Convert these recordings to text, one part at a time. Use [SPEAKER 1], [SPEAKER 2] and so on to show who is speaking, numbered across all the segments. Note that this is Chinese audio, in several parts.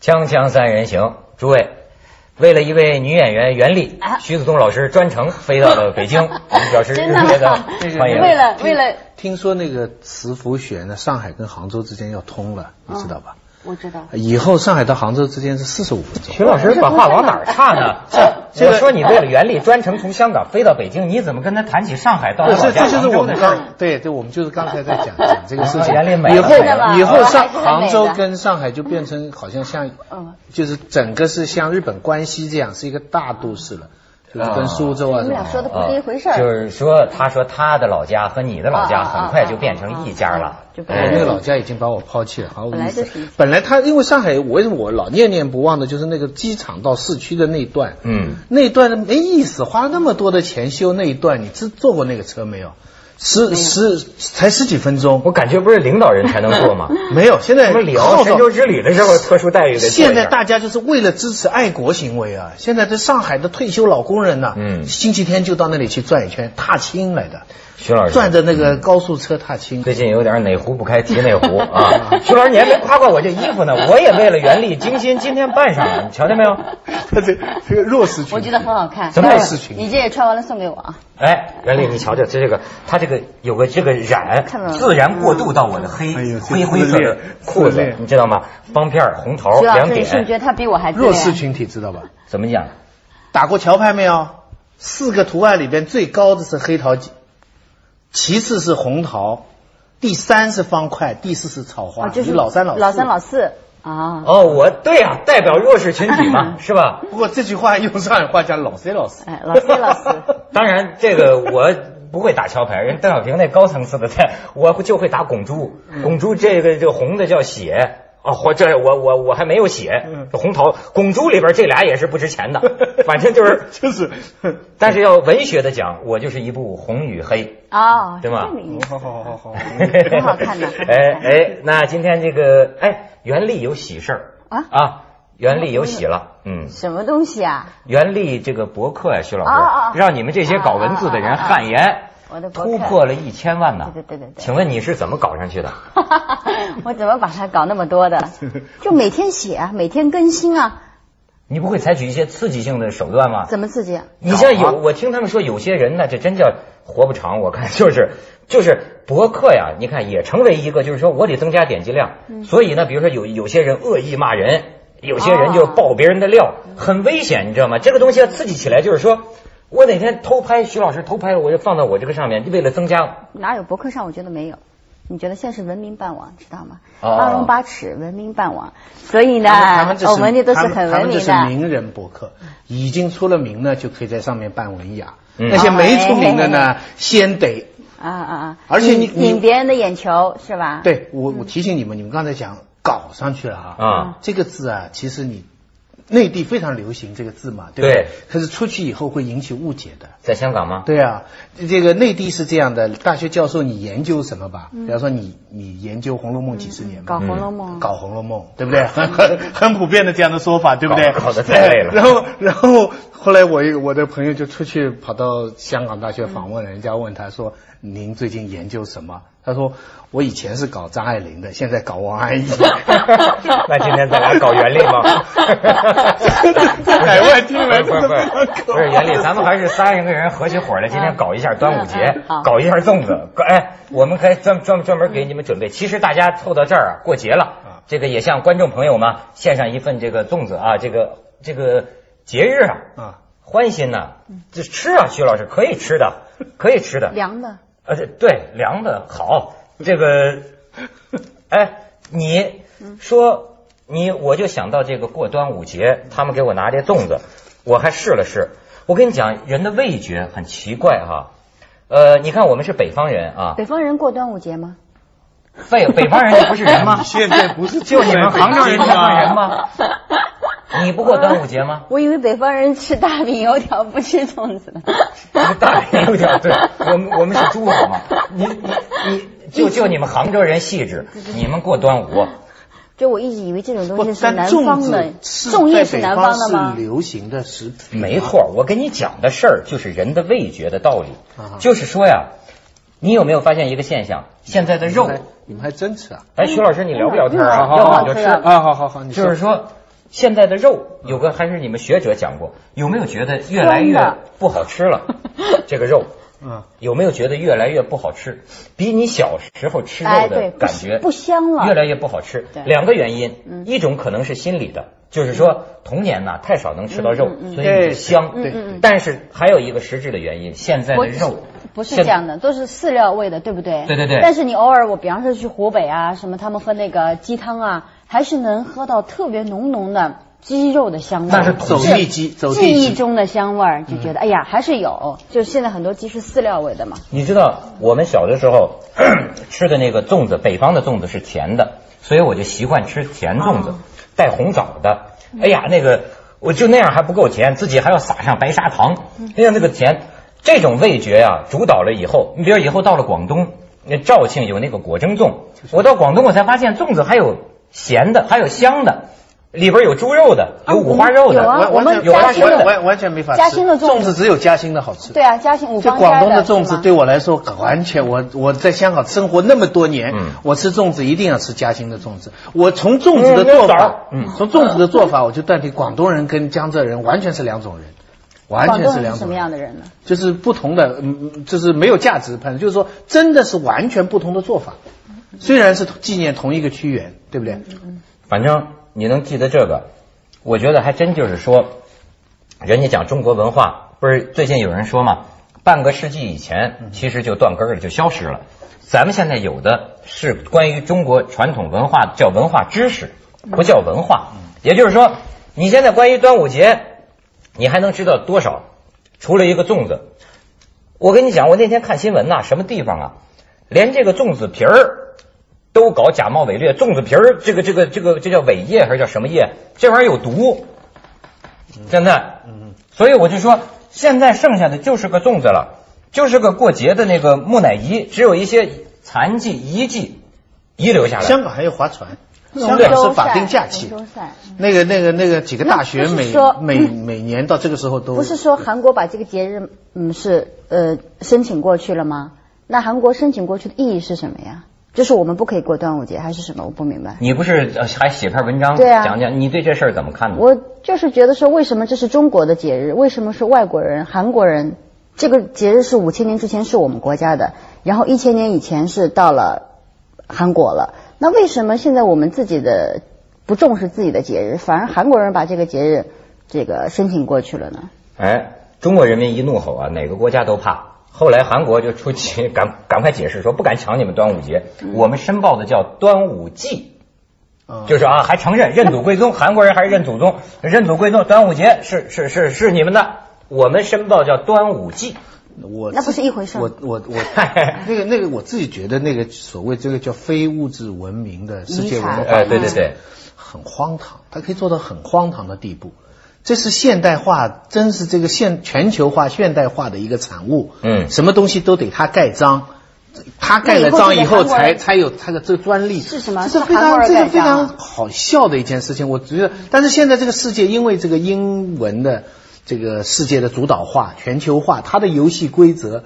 [SPEAKER 1] 锵锵三人行，诸位，为了一位女演员袁丽
[SPEAKER 2] 啊，
[SPEAKER 1] 徐子东老师专程飞到了北 京，我们表示热
[SPEAKER 2] 真的吗
[SPEAKER 1] 烈的
[SPEAKER 2] 这
[SPEAKER 1] 欢迎。
[SPEAKER 2] 为了为了
[SPEAKER 3] 听说那个磁浮学呢，上海跟杭州之间要通了，
[SPEAKER 1] 啊
[SPEAKER 3] 你知道吧？
[SPEAKER 2] 我知道，
[SPEAKER 3] 以后上海到杭州之间是四十五分钟。
[SPEAKER 1] 徐老师把话往哪儿岔 呢？
[SPEAKER 3] 这
[SPEAKER 1] 我
[SPEAKER 3] 个
[SPEAKER 1] 说你为了袁丽专程从香港飞到北京，你怎么跟他谈起上海到
[SPEAKER 3] 不
[SPEAKER 1] 老
[SPEAKER 3] 是，
[SPEAKER 1] 家
[SPEAKER 3] 这就是
[SPEAKER 1] 哦杭州
[SPEAKER 3] 我
[SPEAKER 1] 的
[SPEAKER 3] 们
[SPEAKER 1] 事儿
[SPEAKER 3] 刚对对，我们就是刚才在 讲讲这个事
[SPEAKER 2] 哦
[SPEAKER 3] 情
[SPEAKER 1] 原来美。
[SPEAKER 3] 以
[SPEAKER 1] 是吧
[SPEAKER 3] 后以后上
[SPEAKER 2] 我还是很美的
[SPEAKER 3] 杭州跟上海就变成好像像
[SPEAKER 2] 嗯，
[SPEAKER 3] 就是整个是像日本关西这样，是一个大都市了，就是跟苏州啊
[SPEAKER 2] 哦你们
[SPEAKER 3] 什
[SPEAKER 2] 俩
[SPEAKER 3] 么。
[SPEAKER 2] 说的不是一回事儿。
[SPEAKER 1] 呃就是说，他说他的老家和你的老家
[SPEAKER 2] 啊啊啊
[SPEAKER 1] 很快就变成一家
[SPEAKER 2] 啊啊
[SPEAKER 1] 了
[SPEAKER 2] 啊。就不
[SPEAKER 3] 我
[SPEAKER 2] 一样
[SPEAKER 3] 哎那个老家已经把我抛弃了，毫无
[SPEAKER 2] 本来
[SPEAKER 3] 意
[SPEAKER 2] 就
[SPEAKER 3] 思
[SPEAKER 2] 是一家。
[SPEAKER 3] 本来他因为上海，我为什么我老念念不忘的，就是那个机场到市区的那一段，
[SPEAKER 1] 嗯，
[SPEAKER 3] 那一段没意思，花了那么多的钱修那一段，你知坐过那个车没有？十十才十几分钟，
[SPEAKER 1] 我感觉不是领导人才能做 吗？
[SPEAKER 3] 没
[SPEAKER 2] 嗯
[SPEAKER 3] 有。现在
[SPEAKER 1] 我们聊
[SPEAKER 3] 号召
[SPEAKER 1] 神州之旅的时候，特殊待遇的
[SPEAKER 3] 现在大家就是为了支持爱国行为啊！现在这上海的退休老工人呐、
[SPEAKER 1] 嗯
[SPEAKER 3] 星期天就到那里去转一圈，踏青来的，
[SPEAKER 1] 徐老师
[SPEAKER 3] 转着那个高速车踏青。
[SPEAKER 1] 最近有点哪壶不开提哪 壶 啊！徐老师，你还没夸过我这衣服呢，我也为了袁立精心今天扮上了，你瞧见没有？
[SPEAKER 3] 他 这这个弱势群体
[SPEAKER 2] 嗯我觉得很好看。
[SPEAKER 1] 什么
[SPEAKER 3] 事情
[SPEAKER 2] 你这也穿完了送给我啊？
[SPEAKER 1] 哎，袁立，你瞧瞧，这这个他这个有个这个染
[SPEAKER 2] 看到，了
[SPEAKER 1] 自然过渡到我的黑
[SPEAKER 3] 哎呦这
[SPEAKER 1] 灰灰色的裤
[SPEAKER 3] 自恋
[SPEAKER 1] 子，你知道吗？方片儿红头
[SPEAKER 2] 徐老
[SPEAKER 1] 哦两
[SPEAKER 2] 师，你是不是觉
[SPEAKER 1] 点，
[SPEAKER 2] 得他比我还自恋
[SPEAKER 3] 弱势群体知道吧？
[SPEAKER 1] 怎么讲？
[SPEAKER 3] 打过桥牌没有？四个图案里边最高的是黑桃几，其次是红桃，第三是方块，第四是草花。
[SPEAKER 2] 哦就是
[SPEAKER 3] 你老三老四
[SPEAKER 2] 老三老四啊。
[SPEAKER 1] 哦，我对啊，代表弱势群体 嘛，是吧？
[SPEAKER 3] 不过这句话用上海话讲老三老四。
[SPEAKER 2] 哎，老四老四，
[SPEAKER 1] 当然，这个我不会打桥牌，人邓小平那高层次的菜，我就会打拱珠。
[SPEAKER 2] 嗯
[SPEAKER 1] 拱珠这个这个红的叫血。哦，或这我我我还没有血，
[SPEAKER 3] 嗯
[SPEAKER 1] 红头拱珠里边这俩也是不值钱的， 反正就是，
[SPEAKER 3] 就是，
[SPEAKER 1] 但是要文学的讲，我就是一部红与黑，
[SPEAKER 2] 哦，
[SPEAKER 1] 对吗
[SPEAKER 2] 这么意思
[SPEAKER 3] 好好好好好。
[SPEAKER 1] 很
[SPEAKER 2] 嗯好看的很好看的
[SPEAKER 1] 哎哎，那今天这个哎，袁立有喜事儿
[SPEAKER 2] 啊
[SPEAKER 1] 啊，袁立有喜了，嗯，
[SPEAKER 2] 什么东西啊？
[SPEAKER 1] 袁立这个博客呀、徐老
[SPEAKER 2] 啊啊啊
[SPEAKER 1] 师，让你们这些搞文字的
[SPEAKER 2] 啊
[SPEAKER 1] 人
[SPEAKER 2] 啊啊啊
[SPEAKER 1] 汗颜
[SPEAKER 2] 我的博客
[SPEAKER 1] 突破了一千万呢。
[SPEAKER 2] 对对对对对
[SPEAKER 1] 请问你是怎么搞上去的？
[SPEAKER 2] 我怎么把它搞那么多的？就每天写啊，每天更新啊，
[SPEAKER 1] 你不会采取一些刺激性的手段吗？
[SPEAKER 2] 怎么刺激啊？
[SPEAKER 1] 你像
[SPEAKER 3] 搞啊
[SPEAKER 1] 有，我听他们说有些人呢，这真叫活不长。我看就是就是博客呀，你看也成为一个，就是说我得增加点击量。所以呢，比如说有有些人恶意骂人，有些人就
[SPEAKER 2] 哦
[SPEAKER 1] 爆别人的料，很危险，你知道吗？这个东西要刺激起来，就是说我哪天偷拍徐老师偷拍了，我就放到我这个上面，为了增加
[SPEAKER 2] 哪有博客上？我觉得没有。你觉得现在是文明办网，知道吗？
[SPEAKER 1] 哦
[SPEAKER 2] 八荣八耻，文明办网。所以呢
[SPEAKER 3] 他们，
[SPEAKER 2] 我们这都是
[SPEAKER 3] 他
[SPEAKER 2] 很
[SPEAKER 3] 他
[SPEAKER 2] 文
[SPEAKER 3] 们这
[SPEAKER 2] 明
[SPEAKER 3] 是
[SPEAKER 2] 的。
[SPEAKER 3] 名人博客，已经出了名呢，就可以在上面办文雅。
[SPEAKER 1] 嗯
[SPEAKER 3] 那些没出名的
[SPEAKER 2] 哎
[SPEAKER 3] 呢，先得
[SPEAKER 2] 啊啊啊！
[SPEAKER 3] 而且你
[SPEAKER 2] 引
[SPEAKER 3] 你
[SPEAKER 2] 引别人的眼球是吧？。
[SPEAKER 3] 对我我提醒你们，你们刚才讲搞上去了啊。
[SPEAKER 1] 啊。
[SPEAKER 3] 这个字啊，其实你内地非常流行这个字嘛，对不
[SPEAKER 1] 对
[SPEAKER 3] 对？可是出去以后会引起误解的。
[SPEAKER 1] 在香港吗？
[SPEAKER 3] 对啊，这个内地是这样的，大学教授你研究什么吧？比方说你你研究《红楼梦》几十年
[SPEAKER 2] 嗯搞
[SPEAKER 3] 嘛。
[SPEAKER 2] 《
[SPEAKER 3] 嗯
[SPEAKER 2] 红楼梦》
[SPEAKER 3] 搞《红楼梦》，对不对？ 很很很普遍的这样的说法，对不对？
[SPEAKER 1] 搞搞得太累了
[SPEAKER 3] 哎然后然后后来我一个我的朋友就出去跑到香港大学访问，人家问他说：“您最近研究什么？”他说：“我以前是搞张爱玲的，现在搞王安忆。”
[SPEAKER 1] 那今天咱俩搞袁立吗？
[SPEAKER 3] 这海外 听来
[SPEAKER 1] 不
[SPEAKER 3] 真
[SPEAKER 1] 是
[SPEAKER 3] 的
[SPEAKER 1] 不是不是袁立，咱们还是三个人合起伙来，今天搞一下端午节
[SPEAKER 2] 嗯好，
[SPEAKER 1] 搞一下粽子。哎，我们还专专专门给你们准备。其实大家凑到这儿啊，过节了，这个也向观众朋友们献上一份这个粽子啊，这个这个节日啊，
[SPEAKER 3] 啊，？
[SPEAKER 1] 欢欣呐、
[SPEAKER 2] 嗯
[SPEAKER 1] 这吃啊，徐老师可以吃的，可以吃的。
[SPEAKER 2] 凉的。
[SPEAKER 1] 呃，对，凉的好。这个，哎，你说你，我就想到这个过端午节，他们给我拿这粽子，我还试了试。我跟你讲，人的味觉很奇怪哈、呃，你看我们是北方人啊，
[SPEAKER 2] 北方人过端午节吗？
[SPEAKER 1] 北北方人就不是人吗
[SPEAKER 3] 现在不是
[SPEAKER 1] 就你们杭州人才算人
[SPEAKER 3] 啊
[SPEAKER 1] 吗？你不过端午节吗？
[SPEAKER 2] 我以为北方人吃大饼油条不吃粽子呢。
[SPEAKER 1] 大饼油条，对我们我们是猪好 吗？你你你，就就你们杭州人细致，你们过端午。
[SPEAKER 2] 就我一直以为这种东
[SPEAKER 3] 不
[SPEAKER 2] 西，是
[SPEAKER 3] 但
[SPEAKER 2] 南
[SPEAKER 3] 粽
[SPEAKER 2] 方的
[SPEAKER 3] 子，是
[SPEAKER 2] 粽叶
[SPEAKER 3] 在
[SPEAKER 2] 是
[SPEAKER 3] 北
[SPEAKER 2] 南
[SPEAKER 3] 方
[SPEAKER 2] 的吗
[SPEAKER 3] 是？流行的食品，
[SPEAKER 1] 没错，我跟你讲的事儿就是人的味觉的道理
[SPEAKER 3] 啊，
[SPEAKER 1] 就是说呀，你有没有发现一个现象？现在的
[SPEAKER 3] 你们
[SPEAKER 1] 肉
[SPEAKER 3] 还，你们还真吃啊？
[SPEAKER 1] 哎，徐老师你聊不聊天啊？
[SPEAKER 2] 嗯
[SPEAKER 1] 要不你就
[SPEAKER 2] 好好
[SPEAKER 1] 吃，
[SPEAKER 2] 好
[SPEAKER 3] 啊，好好好，你
[SPEAKER 1] 就是说现在的肉有个还是你们学者讲过，有没有觉得越来
[SPEAKER 2] 酸的
[SPEAKER 1] 越不好吃了？这个肉
[SPEAKER 3] 嗯，
[SPEAKER 1] 有没有觉得越来越不好吃？比你小时候吃肉
[SPEAKER 2] 哎，
[SPEAKER 1] 的
[SPEAKER 2] 对，
[SPEAKER 1] 感觉
[SPEAKER 2] 不不香了，
[SPEAKER 1] 越来越不好吃
[SPEAKER 2] 对。
[SPEAKER 1] 两个原因
[SPEAKER 2] 嗯，
[SPEAKER 1] 一种可能是心理的，就是说童年呐太少能吃到肉
[SPEAKER 2] 嗯嗯嗯，
[SPEAKER 1] 所以你就
[SPEAKER 2] 嗯
[SPEAKER 1] 香。
[SPEAKER 3] 对
[SPEAKER 2] 嗯嗯，
[SPEAKER 1] 但是还有一个实质的原因，现在
[SPEAKER 2] 我
[SPEAKER 1] 的肉
[SPEAKER 2] 不是
[SPEAKER 1] 现
[SPEAKER 2] 这样的，都是饲料味的，对不对？
[SPEAKER 1] 对对对
[SPEAKER 2] 但是你偶尔，我比方说去湖北啊，什么他们喝那个鸡汤啊，还是能喝到特别浓浓的鸡肉的香味。
[SPEAKER 3] 那是走地鸡走地
[SPEAKER 2] 记忆
[SPEAKER 3] 鸡嗯
[SPEAKER 2] 中的香味儿，就觉得、哎呀，还是有。就是现在很多鸡是饲料味的嘛。
[SPEAKER 1] 你知道我们小的时候 吃的那个粽子，北方的粽子是甜的，所以我就习惯吃甜粽子，
[SPEAKER 2] 哦
[SPEAKER 1] 带红枣的。哎呀，那个我就那样还不够甜，自己还要撒上白砂糖，
[SPEAKER 2] 嗯
[SPEAKER 1] 哎呀，那个甜，这种味觉呀、主导了以后，你比如以后到了广东，那肇庆有那个果蒸粽，我到广东我才发现粽子还有咸的，还有香的，里边有猪肉的，有五花肉的，
[SPEAKER 2] 有啊
[SPEAKER 3] 完
[SPEAKER 2] 我们
[SPEAKER 3] 完全
[SPEAKER 1] 嘉
[SPEAKER 3] 完
[SPEAKER 1] 兴的
[SPEAKER 3] 全完完全没法吃。
[SPEAKER 2] 嘉兴的粽子
[SPEAKER 3] 粽子只有嘉兴的好吃。
[SPEAKER 2] 对啊，嘉兴五
[SPEAKER 3] 就
[SPEAKER 2] 芳
[SPEAKER 3] 广
[SPEAKER 2] 斋
[SPEAKER 3] 东的
[SPEAKER 2] 的
[SPEAKER 3] 粽子
[SPEAKER 2] 是吗
[SPEAKER 3] 对我来说完全，我我在香港生活那么多年
[SPEAKER 1] 嗯，
[SPEAKER 3] 我吃粽子一定要吃嘉兴的粽子。我从粽子的做法
[SPEAKER 1] 嗯嗯枣嗯，
[SPEAKER 3] 从粽子的做法，我就断定广东人跟江浙人完全是两种人，完
[SPEAKER 2] 广
[SPEAKER 3] 全
[SPEAKER 2] 东
[SPEAKER 3] 是
[SPEAKER 2] 人
[SPEAKER 3] 两
[SPEAKER 2] 是什
[SPEAKER 3] 种
[SPEAKER 2] 么
[SPEAKER 3] 人，
[SPEAKER 2] 样的人呢？
[SPEAKER 3] 就是不同的，嗯，就是没有价值，反正就是说真的是完全不同的做法。虽然是纪念同一个屈原，对不
[SPEAKER 1] 嗯
[SPEAKER 3] 对？
[SPEAKER 1] 反正你能记得这个，我觉得还真就是说，人家讲中国文化，不是最近有人说嘛，半个世纪以前其实就断根儿了，就消失了。咱们现在有的是关于中国传统文化叫文化知识，不叫文化。也就是说，你现在关于端午节，你还能知道多少？除了一个粽子，我跟你讲，我那天看新闻呐、什么地方啊，连这个粽子皮儿都搞假冒伪劣，粽子皮儿这个这个这个这叫伪叶还是叫什么叶？这玩意儿有毒，真的。
[SPEAKER 3] 嗯，
[SPEAKER 1] 所以我就说，现在剩下的就是个粽子了，就是个过节的那个木乃伊，只有一些残疾遗迹遗留下来。
[SPEAKER 3] 香港还有划船，香
[SPEAKER 2] 龙
[SPEAKER 3] 港
[SPEAKER 2] 舟
[SPEAKER 3] 是
[SPEAKER 2] 赛，
[SPEAKER 3] 法定假期。
[SPEAKER 2] 龙舟赛
[SPEAKER 3] 那个、那个、那个几个大
[SPEAKER 2] 嗯那
[SPEAKER 3] 学
[SPEAKER 2] 不是
[SPEAKER 3] 每
[SPEAKER 2] 说
[SPEAKER 3] 每每年到这个时候都
[SPEAKER 2] 不是说韩国把这个节日嗯是呃申请过去了吗？那韩国申请过去的意义是什么呀？就是我们不可以过端午节还是什么？我不明白。
[SPEAKER 1] 你不是呃还写篇文章
[SPEAKER 2] 对啊
[SPEAKER 1] 讲讲你对这事儿怎么看呢？
[SPEAKER 2] 我就是觉得说，为什么这是中国的节日？为什么是外国人、韩国人？这个节日是五千年之前是我们国家的，然后一千年以前是到了韩国了。那为什么现在我们自己的不重视自己的节日，反而韩国人把这个节日这个申请过去了呢？
[SPEAKER 1] 哎，中国人民一怒吼啊，哪个国家都怕。后来韩国就出去 赶赶快解释说，不敢抢你们端午节，我们申报的叫端午祭，
[SPEAKER 3] 嗯
[SPEAKER 1] 就是啊，还承认认祖归宗， 韩国人还是认祖宗，认祖归宗，端午节是是是是你们的，我们申报叫端午祭。
[SPEAKER 3] 我
[SPEAKER 2] 那不是一回事儿
[SPEAKER 3] 我我 我那个那个我自己觉得那个所谓这个叫非物质文明的世界文化
[SPEAKER 2] 遗产
[SPEAKER 3] 遗
[SPEAKER 1] 哎，
[SPEAKER 3] 产，
[SPEAKER 1] 对对对，
[SPEAKER 3] 很荒唐，它可以做到很荒唐的地步。这是现代化，真是这个现全球化、现代化的一个产物。
[SPEAKER 1] 嗯
[SPEAKER 3] 什么东西都得他盖章，他盖了章以后才才有他的这个专利。
[SPEAKER 2] 是什么
[SPEAKER 3] 这是非
[SPEAKER 2] 是韩国
[SPEAKER 3] 常
[SPEAKER 2] 人
[SPEAKER 3] 这个
[SPEAKER 2] 盖
[SPEAKER 3] 非
[SPEAKER 2] 章啊
[SPEAKER 3] 常好笑的一件事情。我觉得，但是现在这个世界因为这个英文的这个世界的主导化、全球化，它的游戏规则。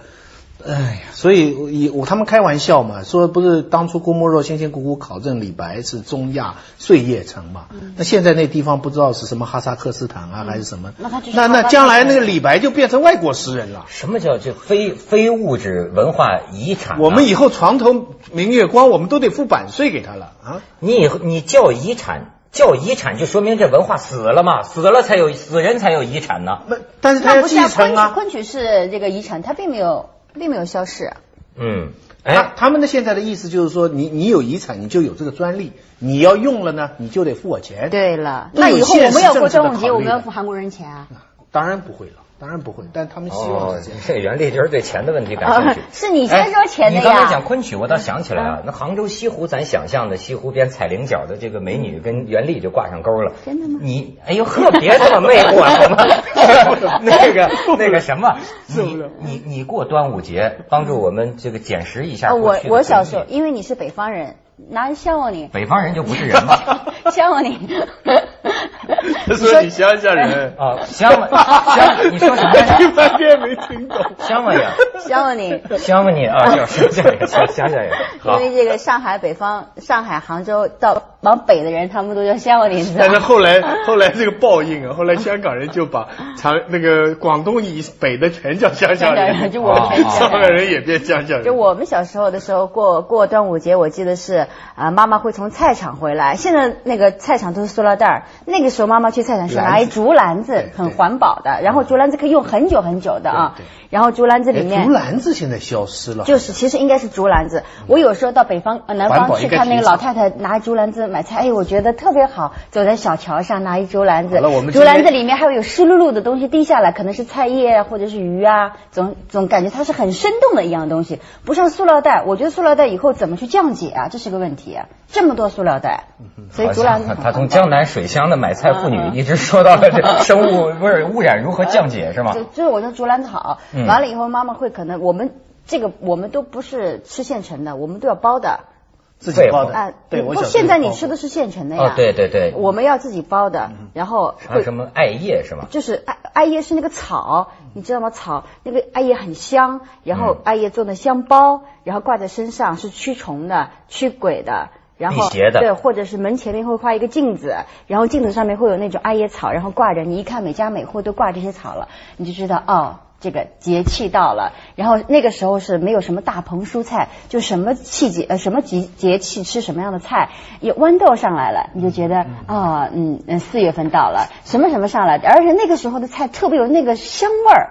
[SPEAKER 3] 哎呀，所以我以我他们开玩笑嘛，说不是当初郭沫若辛辛苦苦考证李白是中亚碎叶城嘛，
[SPEAKER 2] 嗯
[SPEAKER 3] 那现在那地方不知道是什么哈萨克斯坦啊、还是什么，
[SPEAKER 2] 那他就是哈
[SPEAKER 3] 那
[SPEAKER 2] 萨
[SPEAKER 3] 那
[SPEAKER 2] 克斯
[SPEAKER 3] 将来
[SPEAKER 2] 坦
[SPEAKER 3] 那个李白就变成外国诗人了。
[SPEAKER 1] 什么叫这非非物质文化遗产啊、
[SPEAKER 2] 嗯
[SPEAKER 3] 我们以后床头明月光，我们都得付版税给他了啊！
[SPEAKER 1] 你以后你叫遗产，叫遗产就说明这文化死了嘛，死了才有死人才有遗产呢。
[SPEAKER 3] 那但是他
[SPEAKER 2] 嗯那
[SPEAKER 3] 要
[SPEAKER 2] 不
[SPEAKER 3] 继
[SPEAKER 2] 是啊，
[SPEAKER 3] 承
[SPEAKER 2] 昆曲
[SPEAKER 3] 啊，
[SPEAKER 2] 昆曲是这个遗产，它并没有并没有消逝啊、
[SPEAKER 1] 嗯，
[SPEAKER 3] 他
[SPEAKER 1] 哎，
[SPEAKER 3] 他们的现在的意思就是说，你你有遗产，你就有这个专利，你要用了呢，你就得付我钱。，
[SPEAKER 2] 对了，
[SPEAKER 3] 都
[SPEAKER 2] 那
[SPEAKER 3] 有
[SPEAKER 2] 以后
[SPEAKER 3] 现
[SPEAKER 2] 我们要
[SPEAKER 3] 实
[SPEAKER 2] 过
[SPEAKER 3] 政治
[SPEAKER 2] 端午
[SPEAKER 3] 的
[SPEAKER 2] 节，
[SPEAKER 3] 考
[SPEAKER 2] 我
[SPEAKER 3] 虑
[SPEAKER 2] 们要
[SPEAKER 3] 的
[SPEAKER 2] 付韩国人钱啊？
[SPEAKER 3] 当然不会了，当然不会，但他们希望
[SPEAKER 1] 哦
[SPEAKER 3] 是这，样。
[SPEAKER 1] 这个袁立就是对钱的问题感兴趣。 哎
[SPEAKER 2] 是你先说
[SPEAKER 3] 哎
[SPEAKER 2] 钱的
[SPEAKER 1] 你刚才
[SPEAKER 2] 呀嗯
[SPEAKER 1] 讲？昆曲，我倒想起来了，那杭州西湖，咱想象的西湖边踩菱角的这个美女跟袁立就挂上钩了。
[SPEAKER 2] 真的吗
[SPEAKER 1] 你哎呦呵，别这么魅惑好 吗？ 那个那个什么，你你你过端午节，帮助我们这个捡拾一下
[SPEAKER 2] 呃，
[SPEAKER 1] 过
[SPEAKER 2] 我
[SPEAKER 1] 去的
[SPEAKER 2] 我小时
[SPEAKER 1] 回忆
[SPEAKER 2] 候，因为你是北方人，拿笑话你，
[SPEAKER 1] 北方人就不是人 嘛。
[SPEAKER 2] 笑话你。
[SPEAKER 4] 所以你乡下人，
[SPEAKER 1] 啊，香吧，
[SPEAKER 2] 哎
[SPEAKER 1] 香，你说什么来着？
[SPEAKER 4] 一 般遍没听懂。
[SPEAKER 1] 香吧你，
[SPEAKER 2] 笑话你。
[SPEAKER 1] 香吧你啊，叫乡下人，乡乡下人。
[SPEAKER 2] 因
[SPEAKER 1] 好，
[SPEAKER 2] 为这个上海、北方、上海、杭州到往北的人，他们都叫笑话你，知道
[SPEAKER 4] 但是
[SPEAKER 2] 吗？
[SPEAKER 4] 后来，后来这个报应啊，后来香港人就把长那个广东以北的全叫乡下
[SPEAKER 2] 乡 下人
[SPEAKER 4] 人，
[SPEAKER 2] 就我
[SPEAKER 1] 们
[SPEAKER 3] 哦
[SPEAKER 1] 全叫
[SPEAKER 4] 上海人也变乡下人。
[SPEAKER 2] 就我们小时候的时候过过端午节，我记得是啊、妈妈会从菜场回来。现在那个菜场都是塑料袋儿，那个时候妈妈去菜场是拿一竹篮子，很环保的。然后竹篮子可以用很久很久的啊
[SPEAKER 3] 对对。
[SPEAKER 2] 然后竹篮子里
[SPEAKER 3] 哎
[SPEAKER 2] 面
[SPEAKER 3] 竹篮子现在消失了，
[SPEAKER 2] 就是其实应该是竹篮子。我有时候到北方、呃、南
[SPEAKER 3] 嗯环
[SPEAKER 2] 方
[SPEAKER 3] 保
[SPEAKER 2] 去
[SPEAKER 3] 应该
[SPEAKER 2] 看那个
[SPEAKER 3] 提倡
[SPEAKER 2] 老太太拿竹篮子买菜，哎，我觉得特别好。走在小桥上拿一竹篮子
[SPEAKER 3] 好了我，
[SPEAKER 2] 竹
[SPEAKER 3] 们今天
[SPEAKER 2] 篮子里面还会有湿漉漉的东西滴下来，可能是菜叶啊，或者是鱼啊，总总感觉它是很生动的一样东西，不像塑料袋。我觉得塑料袋以后怎么去降解啊，这是个问题啊。这么多塑料袋，
[SPEAKER 3] 嗯
[SPEAKER 2] 所以竹篮子
[SPEAKER 1] 好像
[SPEAKER 2] 很
[SPEAKER 1] 他
[SPEAKER 2] 环
[SPEAKER 1] 从
[SPEAKER 2] 保
[SPEAKER 1] 江南水乡的买菜妇女
[SPEAKER 2] 嗯嗯
[SPEAKER 1] 一直说到了这生物不是污染如何降解是吗
[SPEAKER 2] 就？就是我觉得竹篮子好，
[SPEAKER 1] 嗯
[SPEAKER 2] 完了以后妈妈会可能我们这个我们都不是吃现成的，我们都要包的。
[SPEAKER 3] 自己包的。
[SPEAKER 2] 啊，
[SPEAKER 3] 对，
[SPEAKER 2] 你
[SPEAKER 3] 我
[SPEAKER 2] 不，
[SPEAKER 3] 小时候
[SPEAKER 2] 现在你
[SPEAKER 3] 包
[SPEAKER 2] 吃的是现成的呀
[SPEAKER 1] 哦，，对对对，
[SPEAKER 2] 我们要自己包的，然后
[SPEAKER 1] 还有
[SPEAKER 2] 会
[SPEAKER 1] 什么艾叶是吗？
[SPEAKER 2] 就是艾艾叶是那个草，你知道吗？草那个艾叶很香，然后
[SPEAKER 1] 嗯
[SPEAKER 2] 艾叶做的香包，然后挂在身上是驱虫的、驱鬼的。然后
[SPEAKER 1] 辟邪的
[SPEAKER 2] 对，或者是门前面会画一个镜子，然后镜子上面会有那种艾叶草，然后挂着，你一看每家每户都挂这些草了，你就知道哦，这个节气到了。然后那个时候是没有什么大棚蔬菜，就什么季节呃什么节节气吃什么样的菜，有豌豆上来了，你就觉得啊、哦嗯嗯四月份到了，什么什么上来，而且那个时候的菜特别有那个香味儿。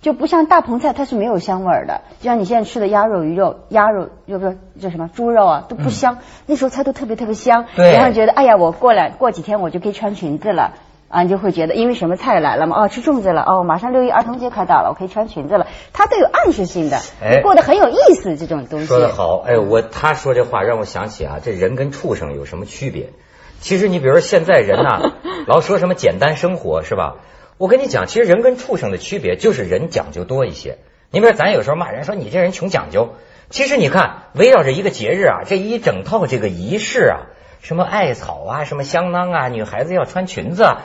[SPEAKER 2] 就不像大棚菜，它是没有香味儿的。就像你现在吃的鸭肉、鱼肉、鸭肉，又不是叫什么猪肉啊，都不香。那时候菜都特别特别香，
[SPEAKER 1] 对
[SPEAKER 2] 然后觉得哎呀，我过两过几天我就可以穿裙子了。啊，你就会觉得，因为什么菜来了嘛？哦，吃粽子了，哦，马上六一儿童节快到了，我可以穿裙子了。它都有暗示性的，
[SPEAKER 1] 哎
[SPEAKER 2] 过得很有意思，这种东西。嗯
[SPEAKER 1] 说得好，哎，我他说这话让我想起啊，这人跟畜生有什么区别？其实你比如说现在人呐、 老说什么简单生活是吧？我跟你讲，其实人跟畜生的区别就是人讲究多一些。你比如咱有时候骂人说你这人穷讲究，其实你看围绕着一个节日啊，这一整套这个仪式啊，什么艾草啊，什么香囊啊，女孩子要穿裙子啊，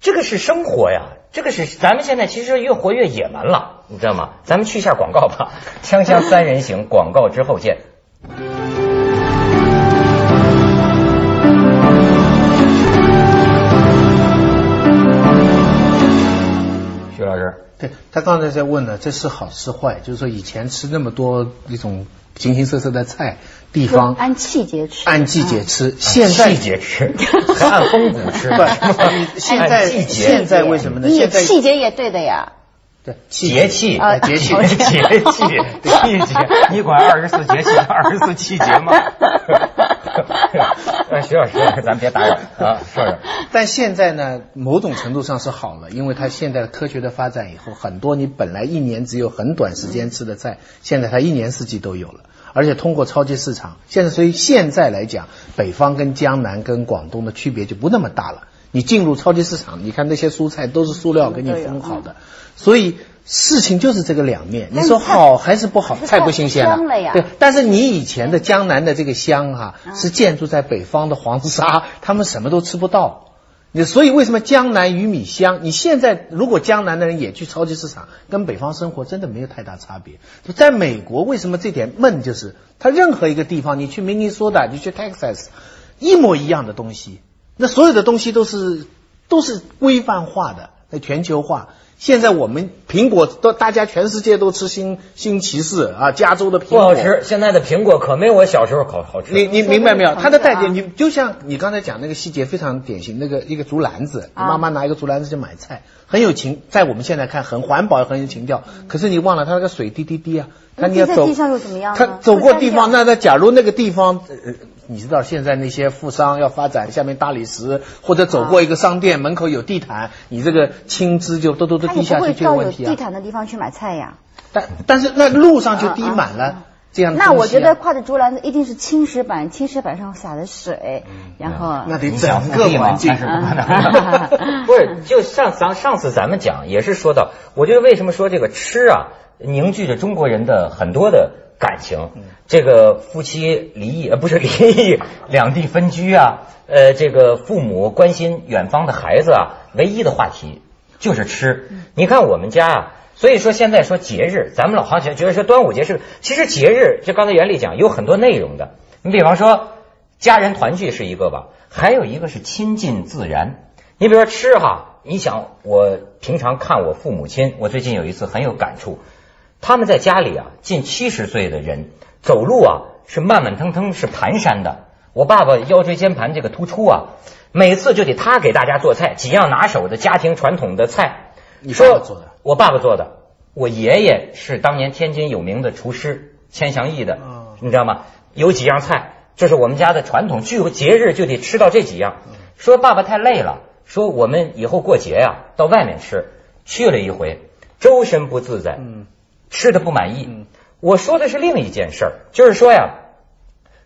[SPEAKER 1] 这个是生活呀，这个是咱们现在其实越活越野蛮了，你知道吗？咱们去一下广告吧， 《锵锵三人行》 广告之后见。徐老师，
[SPEAKER 3] 对他刚才在问呢，这是好是坏？就是说以前吃那么多一种形形色色的菜，地
[SPEAKER 2] 就
[SPEAKER 3] 方
[SPEAKER 2] 按季节吃，
[SPEAKER 3] 按季节
[SPEAKER 2] 啊
[SPEAKER 3] 吃，现在
[SPEAKER 1] 按季节吃，还按风骨吃，
[SPEAKER 3] 不， 现 在
[SPEAKER 1] 按季节
[SPEAKER 3] 现在为什么呢？
[SPEAKER 2] 你
[SPEAKER 3] 现在
[SPEAKER 2] 细节也对的呀。
[SPEAKER 3] 对哎
[SPEAKER 1] 节气呃
[SPEAKER 2] 啊
[SPEAKER 1] 节气，
[SPEAKER 2] 好
[SPEAKER 1] 节气，季节，你管二十四节气二十四气节吗？哎，徐老师，咱别打扰啊，说说。
[SPEAKER 3] 但现在呢，某种程度上是好了，因为它现在科学的发展以后，很多你本来一年只有很短时间吃的菜，现在它一年四季都有了。而且通过超级市场，现在所以现在来讲，北方跟江南跟广东的区别就不那么大了。你进入超级市场，你看那些蔬菜都是塑料给你封
[SPEAKER 1] 嗯
[SPEAKER 3] 好的，所以事情就是这个两面。你
[SPEAKER 2] 但是
[SPEAKER 3] 说
[SPEAKER 2] 菜
[SPEAKER 3] 好还是不好？
[SPEAKER 2] 可是
[SPEAKER 3] 菜
[SPEAKER 2] 菜
[SPEAKER 3] 不新鲜
[SPEAKER 2] 香了呀啊
[SPEAKER 3] 对，但是你以前的江南的这个乡哈、是建筑在北方的黄沙， 他们什么都吃不到。你所以为什么江南鱼米香？你现在如果江南的人也去超级市场，跟北方生活真的没有太大差别。就在美国，为什么这点闷？就是它任何一个地方，你去明尼苏达，你去 Texas，一模一样的东西，那所有的东西都是都是规范化的，那全球化。现在我们苹果都大家全世界都吃新新奇士啊，加州的苹
[SPEAKER 1] 不
[SPEAKER 3] 果
[SPEAKER 1] 好吃，现在的苹果可没我小时候好好吃。
[SPEAKER 3] 你你明白没有？
[SPEAKER 2] 说
[SPEAKER 3] 它
[SPEAKER 2] 这个
[SPEAKER 3] 的
[SPEAKER 2] 房子啊
[SPEAKER 3] 代点，你就像你刚才讲那个细节非常典型，那个一个竹篮子，你
[SPEAKER 2] 啊
[SPEAKER 3] 妈妈拿一个竹篮子去买菜，很有情，在我们现在看很环保，很有情调。可是你忘了它那个水滴滴滴啊，它
[SPEAKER 2] 那
[SPEAKER 3] 你要
[SPEAKER 2] 滴在
[SPEAKER 3] 走
[SPEAKER 2] 嗯地上又怎么样呢
[SPEAKER 3] 它走过
[SPEAKER 2] 会
[SPEAKER 3] 地
[SPEAKER 2] 干
[SPEAKER 3] 方，
[SPEAKER 2] 掉
[SPEAKER 3] 那那假如那个地方。呃你知道现在那些富商要发展下面大理石，或者走
[SPEAKER 2] 啊
[SPEAKER 3] 过一个商店门口有地毯，你这个青汁就都都都
[SPEAKER 2] 他也
[SPEAKER 3] 滴
[SPEAKER 2] 不
[SPEAKER 3] 下
[SPEAKER 2] 会
[SPEAKER 3] 去，就有
[SPEAKER 2] 到有
[SPEAKER 3] 问题啊。
[SPEAKER 2] 地毯的地方去买菜呀。
[SPEAKER 3] 但但是那路上就滴满
[SPEAKER 2] 啊啊
[SPEAKER 3] 了。这样的
[SPEAKER 2] 那
[SPEAKER 3] 东西啊
[SPEAKER 2] 我觉得挎着竹篮子一定是青石板，青石板上洒的水，
[SPEAKER 1] 嗯
[SPEAKER 2] 然后
[SPEAKER 3] 那得
[SPEAKER 1] 你想
[SPEAKER 3] 整
[SPEAKER 1] 复
[SPEAKER 3] 个
[SPEAKER 1] 辟吗
[SPEAKER 3] 环境
[SPEAKER 1] 但是不可 能。不是，就上咱上次咱们讲也是说到，我觉得为什么说这个吃啊凝聚着中国人的很多的感情。这个夫妻离异呃不是离异，两地分居啊，呃这个父母关心远方的孩子啊，唯一的话题就是吃。你看我们家啊。所以说现在说节日，咱们老好像觉得说端午节是，其实节日就刚才袁丽讲有很多内容的。你比方说家人团聚是一个吧，还有一个是亲近自然。你比如说吃哈，你想我平常看我父母亲，我最近有一次很有感触，他们在家里啊，近七十岁的人走路啊是慢慢腾腾，是蹒跚的。我爸爸腰椎间盘这个突出啊，每次就得他给大家做菜，几样拿手的家庭传统的菜。
[SPEAKER 3] 你爸爸做的？
[SPEAKER 1] 我爸爸做的。我爷爷是当年天津有名的厨师钱祥义的
[SPEAKER 3] 哦，
[SPEAKER 1] 你知道吗？有几样菜，这是我们家的传统，聚会节日就得吃到这几
[SPEAKER 3] 嗯
[SPEAKER 1] 样。说爸爸太累了，说我们以后过节呀、到外面吃。去了一回，周身不自在。
[SPEAKER 3] 嗯
[SPEAKER 1] 吃的不满意。
[SPEAKER 3] 嗯
[SPEAKER 1] 我说的是另一件事儿，就是说呀，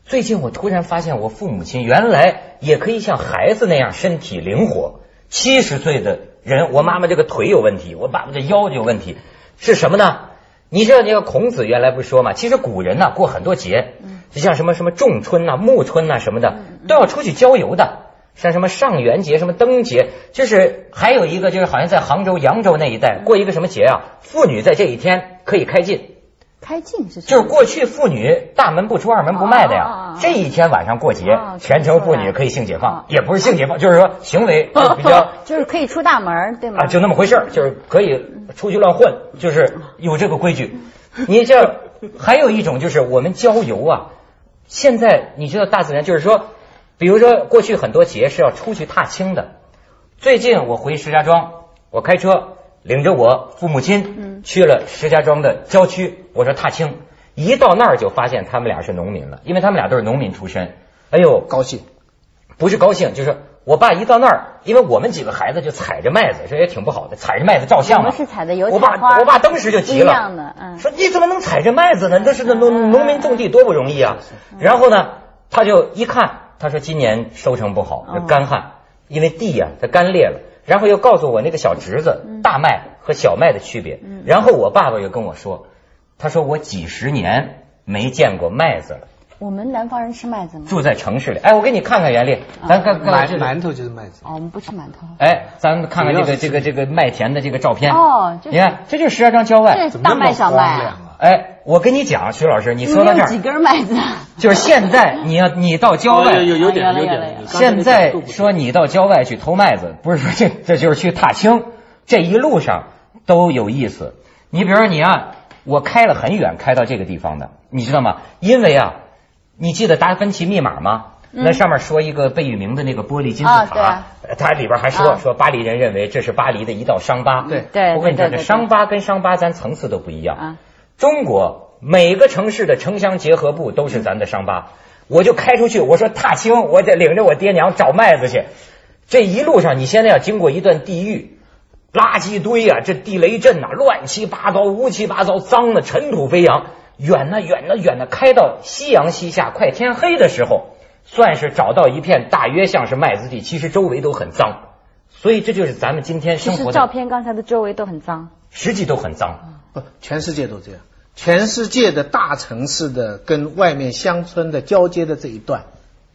[SPEAKER 1] 最近我突然发现，我父母亲原来也可以像孩子那样身体灵活。七十岁的人，我妈妈这个腿有问题，我爸爸这腰有问题，是什么呢？你知道那个孔子原来不是说嘛，其实古人呐、过很多节，就像什么什么仲春呐、暮春呐、什么的，都要出去郊游的。像什么上元节、什么灯节，就是还有一个就是好像在杭州、扬州那一带过一个什么节啊，妇女在这一天可以开禁，
[SPEAKER 2] 开镜是什
[SPEAKER 1] 就
[SPEAKER 2] 么
[SPEAKER 1] 是过去妇女大门不出二门不迈的呀
[SPEAKER 2] 哦，
[SPEAKER 1] 这一天晚上过节
[SPEAKER 2] 哦，
[SPEAKER 1] 全城妇女可以性解放，也不是性解放，就是说行为呃比较
[SPEAKER 2] 就是可以出大门儿，对吗？
[SPEAKER 1] 啊，就那么回事儿，就是可以出去乱混，就是有这个规矩。你这还有一种就是我们郊游啊，现在你知道大自然就是说，比如说过去很多节是要出去踏青的，最近我回石家庄，我开车领着我父母亲
[SPEAKER 2] 嗯
[SPEAKER 1] 去了石家庄的郊区，我说踏青，一到那儿就发现他们俩是农民了，因为他们俩都是农民出身。哎呦，
[SPEAKER 3] 高兴，
[SPEAKER 1] 不是高兴，就是我爸一到那儿，因为我们几个孩子就踩着麦子，这也挺不好的，踩着麦子照相
[SPEAKER 2] 我
[SPEAKER 1] 嘛
[SPEAKER 2] 们。是采的油
[SPEAKER 1] 我
[SPEAKER 2] 菜花
[SPEAKER 1] 爸，我爸当时就急
[SPEAKER 2] 一样
[SPEAKER 1] 了，
[SPEAKER 2] 的，嗯，
[SPEAKER 1] 说你怎么能踩着麦子呢？那是那
[SPEAKER 2] 啊
[SPEAKER 1] 农农民种地多不容易啊。然后呢，他就一看，他说今年收成不好，
[SPEAKER 2] 嗯
[SPEAKER 1] 干旱，因为地呀、它干裂了。然后又告诉我那个小侄子
[SPEAKER 2] 嗯
[SPEAKER 1] 大麦和小麦的区别。然后我爸爸又跟我说，他说我几十年没见过麦子了，
[SPEAKER 2] 我们南方人吃麦子吗？
[SPEAKER 1] 住在城市里。哎，我给你看看袁丽，咱看看这
[SPEAKER 3] 馒
[SPEAKER 1] 个
[SPEAKER 3] 馒头就是麦子。
[SPEAKER 2] 哦，我们不吃馒头。
[SPEAKER 1] 哎，咱们看看这
[SPEAKER 3] 主
[SPEAKER 1] 个
[SPEAKER 3] 要是
[SPEAKER 1] 这个这个麦田的这个照片。
[SPEAKER 2] 哦，就是
[SPEAKER 1] 哎你看，这就是石家庄郊外。
[SPEAKER 2] 这是大麦小麦
[SPEAKER 3] 怎么那么荒
[SPEAKER 2] 啊，
[SPEAKER 3] 凉啊
[SPEAKER 1] 哎，我跟你讲，徐老师，你
[SPEAKER 2] 你
[SPEAKER 1] 说到
[SPEAKER 2] 们
[SPEAKER 1] 这
[SPEAKER 2] 有几
[SPEAKER 1] 儿，
[SPEAKER 2] 根麦子啊？
[SPEAKER 1] 就是现在你要你到郊外，
[SPEAKER 3] 哦有有有点
[SPEAKER 2] 啊
[SPEAKER 3] 有
[SPEAKER 2] 原来原
[SPEAKER 3] 点。
[SPEAKER 2] 来
[SPEAKER 3] 有点
[SPEAKER 1] 现在说你到郊外去偷麦子，不是说这这就是去踏青，这一路上都有意思。你比如说你啊，我开了很远，开到这个地方的，你知道吗？因为啊，你记得达芬奇密码吗？那上面说一个贝聿铭的那个玻璃金字
[SPEAKER 2] 啊
[SPEAKER 1] 塔，
[SPEAKER 2] 对嗯啊
[SPEAKER 1] 呃它里边还说、
[SPEAKER 2] 啊嗯
[SPEAKER 1] 说巴黎人认为这是巴黎的一道伤疤。
[SPEAKER 3] 对
[SPEAKER 2] 对
[SPEAKER 1] 我跟你
[SPEAKER 2] 对
[SPEAKER 1] 讲，
[SPEAKER 2] 对
[SPEAKER 1] 这
[SPEAKER 2] 对
[SPEAKER 1] 伤疤跟伤疤咱层次都不一样。
[SPEAKER 2] 啊，
[SPEAKER 1] 中国每个城市的城乡结合部都是咱的伤疤。我就开出去，我说踏青，我得领着我爹娘找麦子去。这一路上，你现在要经过一段地狱，垃圾堆啊，这地雷阵呐、乱七八糟，乌七八糟，脏的尘土飞扬。远呐、远呐、远呐、开到夕阳西下，快天黑的时候，算是找到一片大约像是麦子地，其实周围都很脏。所以这就是咱们今天
[SPEAKER 2] 其
[SPEAKER 1] 生
[SPEAKER 2] 实
[SPEAKER 1] 活
[SPEAKER 2] 照
[SPEAKER 1] 的，
[SPEAKER 2] 片嗯刚才的周围都很脏。
[SPEAKER 1] 实际都很脏。
[SPEAKER 3] 不，全世界都这样。全世界的大城市的跟外面乡村的交接的这一段，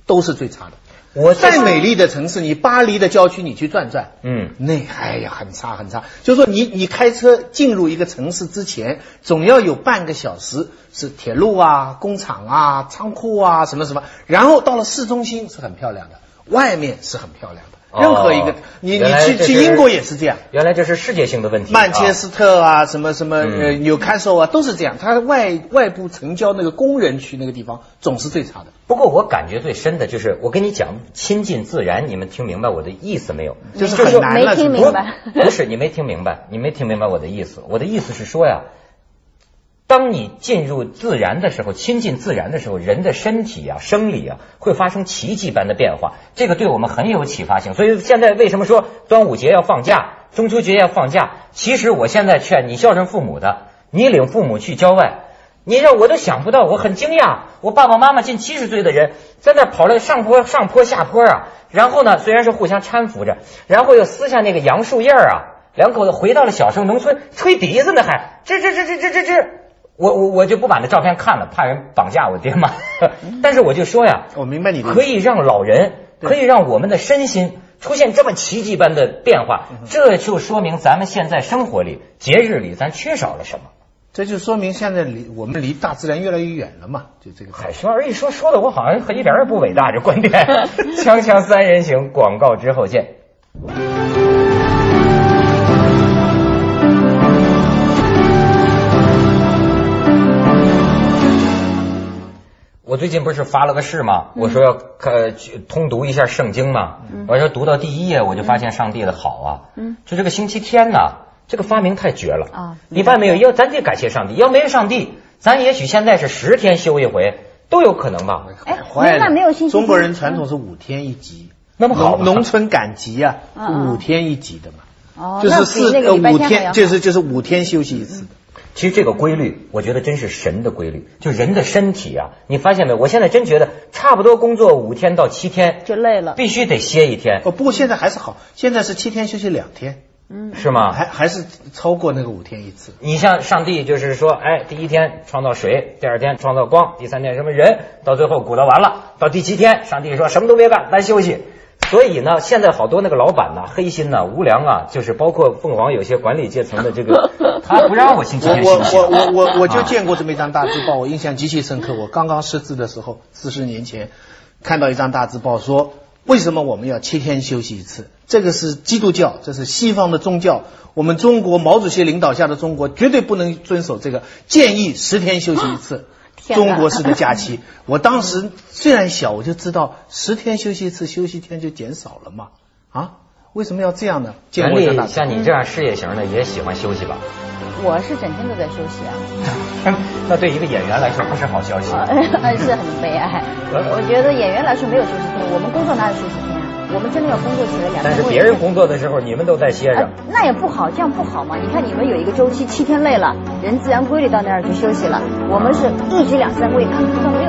[SPEAKER 3] 都是最差的。
[SPEAKER 1] 我
[SPEAKER 3] 再美，丽的城市，你巴黎的郊区你去转转，
[SPEAKER 1] 嗯，
[SPEAKER 3] 那哎呀很差很差。就是说你你开车进入一个城市之前，总要有半个小时是铁路啊、工厂啊、仓库啊什么什么，然后到了市中心是很漂亮的，外面是很漂亮的。
[SPEAKER 1] 哦
[SPEAKER 3] 任何一个你你
[SPEAKER 1] 原来
[SPEAKER 3] 去
[SPEAKER 1] 这
[SPEAKER 3] 去
[SPEAKER 1] 是
[SPEAKER 3] 英国也是这样。
[SPEAKER 4] 啊
[SPEAKER 1] 原来这是世界性的问题。
[SPEAKER 3] 曼彻
[SPEAKER 1] 啊
[SPEAKER 3] 斯特啊，什么什么呃
[SPEAKER 1] 嗯
[SPEAKER 3] 纽卡索啊，都是这样。它外外部城郊那个工人区那个地方总是最差的，
[SPEAKER 1] 不过我感觉最深的就是，我跟你讲，亲近自然，你们听明白我的意思没有？
[SPEAKER 3] 就是很难了。
[SPEAKER 2] 没听
[SPEAKER 3] 是不是
[SPEAKER 2] 明白
[SPEAKER 1] 不不是，你没听明白，你没听明白我的意思。我的意思是说呀，当你进入自然的时候，亲近自然的时候，人的身体啊、生理啊，会发生奇迹般的变化。这个对我们很有启发性。所以现在为什么说端午节要放假，中秋节要放假？其实我现在劝你孝顺父母的，你领父母去郊外。你让我都想不到，我很惊讶。我爸爸妈妈近七十岁的人，在那儿跑来上坡、上坡、下坡啊。然后呢，虽然是互相搀扶着，然后又撕下那个杨树叶儿啊，两口子回到了小时候农村，吹笛子呢还，吱吱吱吱吱吱吱。我我我就不把那照片看了，怕人绑架我爹妈。但是我就说呀，
[SPEAKER 4] 我明白
[SPEAKER 3] 嗯
[SPEAKER 4] 你的意
[SPEAKER 1] 可
[SPEAKER 4] 思。
[SPEAKER 1] 以让老人，可以让我们的身心出现这么奇迹般的变化，这就说明咱们现在生活里、节日里，咱缺少了什么。
[SPEAKER 3] 这就说明现在离我们离大自然越来越远了嘛，就这个。
[SPEAKER 1] 海熊二一说，说的我好像一点儿也不伟大，这观 点。锵锵三人行，广告之后见。我最近不是发了个誓吗？
[SPEAKER 2] 嗯
[SPEAKER 1] 我说要呃去通读一下圣经嘛。我说读到第一页，我就发现上帝的好啊。
[SPEAKER 2] 嗯
[SPEAKER 1] 就这个星期天呐，这个发明太绝了
[SPEAKER 2] 啊
[SPEAKER 1] 你发现没有？要咱得感谢上帝，要没有上帝，咱也许现在是十天休一回，都有可能吧？
[SPEAKER 2] 哎
[SPEAKER 3] 坏了
[SPEAKER 2] 那没有信息
[SPEAKER 3] 中国人传统是五天一集，
[SPEAKER 1] 那么好吧
[SPEAKER 3] 农农村赶集啊，
[SPEAKER 2] 嗯嗯
[SPEAKER 3] 五天一集的嘛，
[SPEAKER 2] 哦，
[SPEAKER 3] 就是
[SPEAKER 2] 那
[SPEAKER 3] 四
[SPEAKER 2] 比那
[SPEAKER 3] 呃
[SPEAKER 2] 个礼拜
[SPEAKER 3] 五
[SPEAKER 2] 天还要嗯
[SPEAKER 3] 天，就是就是五天休息一次。
[SPEAKER 1] 其实这个规律，我觉得真是神的规律，就人的身体啊，你发现没有？我现在真觉得，差不多工作五天到七天，
[SPEAKER 2] 就累了。
[SPEAKER 1] 必须得歇一天，
[SPEAKER 3] 哦，不过现在还是好，现在是七天休息两天，
[SPEAKER 2] 嗯，
[SPEAKER 1] 是吗？
[SPEAKER 3] 还还是超过那个五天一次。
[SPEAKER 1] 你像上帝就是说，哎，第一天创造水，第二天创造光，第三天什么人，到最后鼓捣完了，到第七天，上帝说什么都别干，咱休息。所以呢，现在好多那个老板呐、黑心呐、无良啊，就是包括凤凰有些管理阶层的这个，他不让我星期
[SPEAKER 3] 我
[SPEAKER 1] 天休
[SPEAKER 3] 我
[SPEAKER 1] 息。
[SPEAKER 3] 我我我我就见过这么一张大字报，我印象极其深刻。我刚刚识字的时候，四十年前看到一张大字报说，为什么我们要七天休息一次？这个是基督教，这是西方的宗教。我们中国毛主席领导下的中国绝对不能遵守这个，建议十天休息一次。
[SPEAKER 2] 啊天哪
[SPEAKER 3] 中国式的假期，我当时虽然小，我就知道十天休息一次，休息天就减少了嘛。啊，为什么要这样呢？见
[SPEAKER 1] 人
[SPEAKER 3] 过这
[SPEAKER 1] 力
[SPEAKER 3] 大字报
[SPEAKER 1] 像你这样事业型的也喜欢休息吧？
[SPEAKER 2] 我是整天都在休息啊，
[SPEAKER 1] 那对一个演员来说不是好消息。
[SPEAKER 2] 啊 是很悲哀。我觉得演员来说没有休息天，我们工作哪有休息天啊？我们真的要工作起来两天。
[SPEAKER 1] 但是别人工作的时候，你们都在歇
[SPEAKER 2] 啊
[SPEAKER 1] 着。，
[SPEAKER 2] 那也不好，这样不好嘛。你看你们有一个周期，七天累了，人自然规律到那儿去休息了。我们是一举两三个月，看看到没有